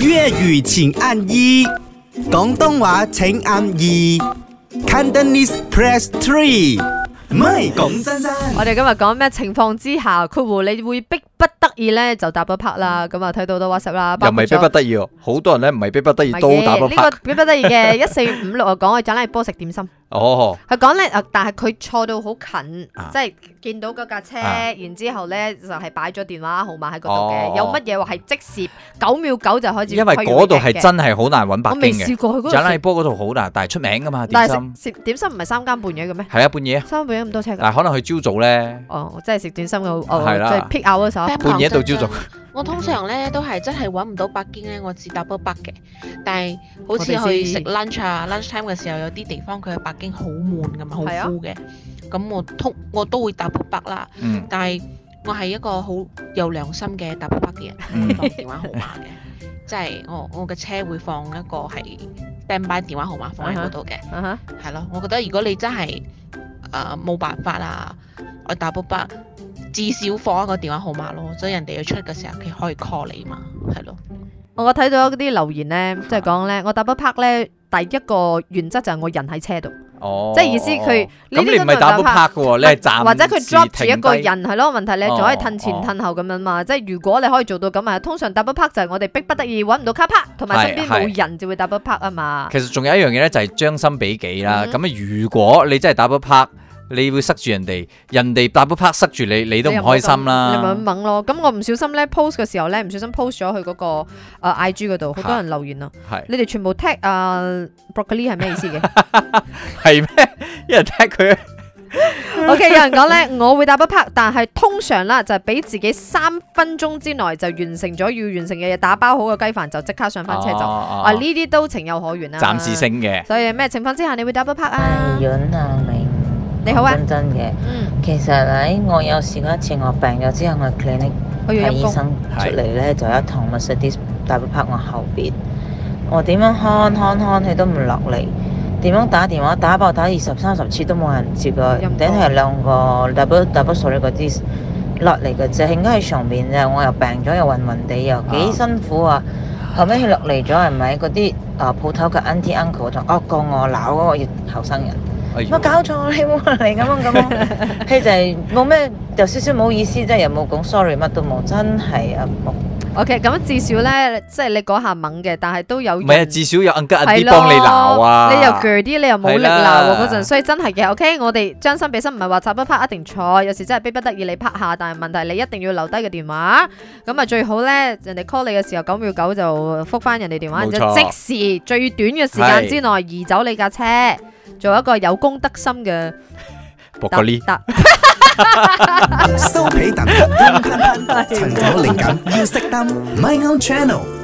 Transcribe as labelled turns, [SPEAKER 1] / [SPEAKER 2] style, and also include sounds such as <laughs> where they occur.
[SPEAKER 1] 粤语请按一，广东话请按二，Cantonese press three。唔係講真真，
[SPEAKER 2] 我哋今日講咩情況之下，括弧你會逼不得已咧就打波拍啦。咁啊睇到好多 WhatsApp 啦，
[SPEAKER 3] 嗯又唔係逼不得已喎，好多人咧唔係逼不得已都打波
[SPEAKER 2] 呢
[SPEAKER 3] 拍
[SPEAKER 2] 個。逼不得已嘅一四五六啊，講佢盞係波食點心，
[SPEAKER 3] 哦，
[SPEAKER 2] 佢講咧，啊但係佢坐到好近
[SPEAKER 1] 啊，
[SPEAKER 2] 即係見到嗰架車，
[SPEAKER 3] 啊
[SPEAKER 2] 然之後咧就係擺咗電話號碼喺嗰度
[SPEAKER 3] 哦
[SPEAKER 2] 嘅，有乜嘢話係即時九秒九就開始，
[SPEAKER 3] 因為嗰度係，真係好難揾白
[SPEAKER 2] 我未
[SPEAKER 3] 丁嘅
[SPEAKER 2] 試，過去嗰
[SPEAKER 3] 展
[SPEAKER 2] 度
[SPEAKER 3] 拉
[SPEAKER 2] 食，
[SPEAKER 3] 波嗰度好難，但係出名噶嘛點
[SPEAKER 2] 但
[SPEAKER 3] 心
[SPEAKER 2] 係。食食點心唔係三更半夜嘅咩？
[SPEAKER 3] 係啊，半夜啊，
[SPEAKER 2] 三更半夜咁多車㗎？
[SPEAKER 3] 但係可能佢朝早咧，
[SPEAKER 2] 哦，我真係食點心嘅，哦，
[SPEAKER 3] 係啦
[SPEAKER 2] 即係 pick out 嗰首。
[SPEAKER 3] 半夜到朝早。
[SPEAKER 4] 我通常咧都係真係揾唔到北京咧，我自搭北北嘅。但係好似
[SPEAKER 2] 我哋
[SPEAKER 4] 去
[SPEAKER 2] 知
[SPEAKER 4] 食 lunch 啊，lunch time 嘅時候有啲地方佢喺北京好悶噶嘛，好
[SPEAKER 2] 係啊
[SPEAKER 4] full 嘅。咁我通我都會搭北北啦，
[SPEAKER 3] 嗯
[SPEAKER 4] 但係我係一個好有良心嘅搭北北
[SPEAKER 2] <laughs>
[SPEAKER 4] 嘅人，
[SPEAKER 3] 嗯
[SPEAKER 4] 會放電話號碼嘅，即係我我嘅車會放一個係 standby 電話號碼放喺嗰度嘅。
[SPEAKER 2] 啊哈
[SPEAKER 4] 係咯，我覺得如果你真係誒冇辦法啊，我打卜卜，至少放一個電話號碼咯，所以人哋要出嘅時候佢可以 call 你嘛，係咯。
[SPEAKER 2] 我睇到嗰啲留言咧，即係講咧，我打 double park 咧，第一個原則就係我人喺車度，
[SPEAKER 3] 哦，
[SPEAKER 2] 即係意思佢呢
[SPEAKER 3] 咁
[SPEAKER 2] 啲
[SPEAKER 3] 你
[SPEAKER 2] 都
[SPEAKER 3] 唔係打
[SPEAKER 2] 唔係
[SPEAKER 3] 波拍
[SPEAKER 2] 打
[SPEAKER 3] 嘅喎，你係站
[SPEAKER 2] 或者佢 drop 住一個
[SPEAKER 3] 時停低
[SPEAKER 2] 人係咯，問題你仲可以褪前
[SPEAKER 3] 哦哦
[SPEAKER 2] 褪後咁樣嘛。即係如果你可以做到咁啊，通常 double park 就係我哋逼不得已揾唔到卡 park，同埋身邊
[SPEAKER 3] 係係
[SPEAKER 2] 冇人就會 double park 啊嘛。
[SPEAKER 3] 其實仲有一樣嘢咧，就係將心比己啦。
[SPEAKER 2] 嗯
[SPEAKER 3] 咁啊，如果你真係打波拍，你會塞住人哋，人哋打波拍塞住你，你都唔開心
[SPEAKER 2] 你咪
[SPEAKER 3] 啦
[SPEAKER 2] 咁。掹咯。咁我唔小心咧 post 嘅時候咧，唔小心 post 咗去嗰個呃 IG 嗰度，好多人留言啊。
[SPEAKER 3] 係
[SPEAKER 2] 你哋全部 tag 啊 broccoli 係咩意思嘅
[SPEAKER 3] 係咩？ <laughs> 一人踢佢，
[SPEAKER 2] ？OK，有人講咧，我會打 double park，但係通常啦就係俾自己三分鐘之內就完成咗要完成嘅嘢，打包好個雞飯就即刻上翻車走。
[SPEAKER 3] 哦
[SPEAKER 2] 啊，呢啲都情有可原啦。
[SPEAKER 3] 暫時。性嘅。
[SPEAKER 2] 所以咩情況之下你會 double park 啊
[SPEAKER 5] 係？潤啊，明
[SPEAKER 2] 你好啊，
[SPEAKER 5] 真真嘅。
[SPEAKER 2] 嗯，
[SPEAKER 5] 其實喺我有試過一次，我病咗之後，我去 clinic
[SPEAKER 2] 我要
[SPEAKER 5] 睇
[SPEAKER 2] 入
[SPEAKER 5] 醫
[SPEAKER 2] 工。
[SPEAKER 5] 生出嚟咧，就有一堂 Mercedes 大部拍我後邊，我點樣看看看佢都唔落嚟，點樣打電話打爆打二十三十次都冇人接㗎
[SPEAKER 2] 陰，
[SPEAKER 5] 頂
[SPEAKER 2] 公
[SPEAKER 5] 係兩個 double double 數嗰啲落嚟嘅啫，應該喺上面啫，我又病咗又暈暈地又幾辛苦啊！後尾佢落嚟咗係咪？嗰啲啊鋪頭嘅 auntie uncle 就惡過我鬧嗰個後生人。
[SPEAKER 3] 哎呦
[SPEAKER 2] 啊
[SPEAKER 5] 乜搞錯？你冇嚟咁樣咁
[SPEAKER 3] <laughs>
[SPEAKER 5] 樣，佢就係冇咩，有少少冇意思，即係又冇講 sorry，乜都冇，真係啊冇。
[SPEAKER 2] OK，咁至少咧，即係你嗰下猛嘅，但係都有
[SPEAKER 3] 唔
[SPEAKER 2] 人。
[SPEAKER 3] 係啊，至少有 uncle
[SPEAKER 2] 係
[SPEAKER 3] auntie
[SPEAKER 2] 咯
[SPEAKER 3] 幫你鬧啊。
[SPEAKER 2] 你又鋸啲，你又冇力
[SPEAKER 3] 係
[SPEAKER 2] 鬧
[SPEAKER 3] 啦
[SPEAKER 2] 喎嗰陣，所以真係嘅。OK，我哋將心比心，唔係話插不拍一定錯，有時真係逼不得已你拍下，但係問題你一定要留低個電話。咁啊最好咧，人哋 call 你嘅時候九秒九就復翻人哋電話，
[SPEAKER 3] 冇
[SPEAKER 2] 然之後
[SPEAKER 3] 錯
[SPEAKER 2] 即時最短嘅時間之內移走你架車，做一個有公德心嘅
[SPEAKER 3] 博個呢？
[SPEAKER 2] 搭
[SPEAKER 1] <laughs> 酥皮蛋撻，香噴噴，尋找靈感要熄燈，My own channel。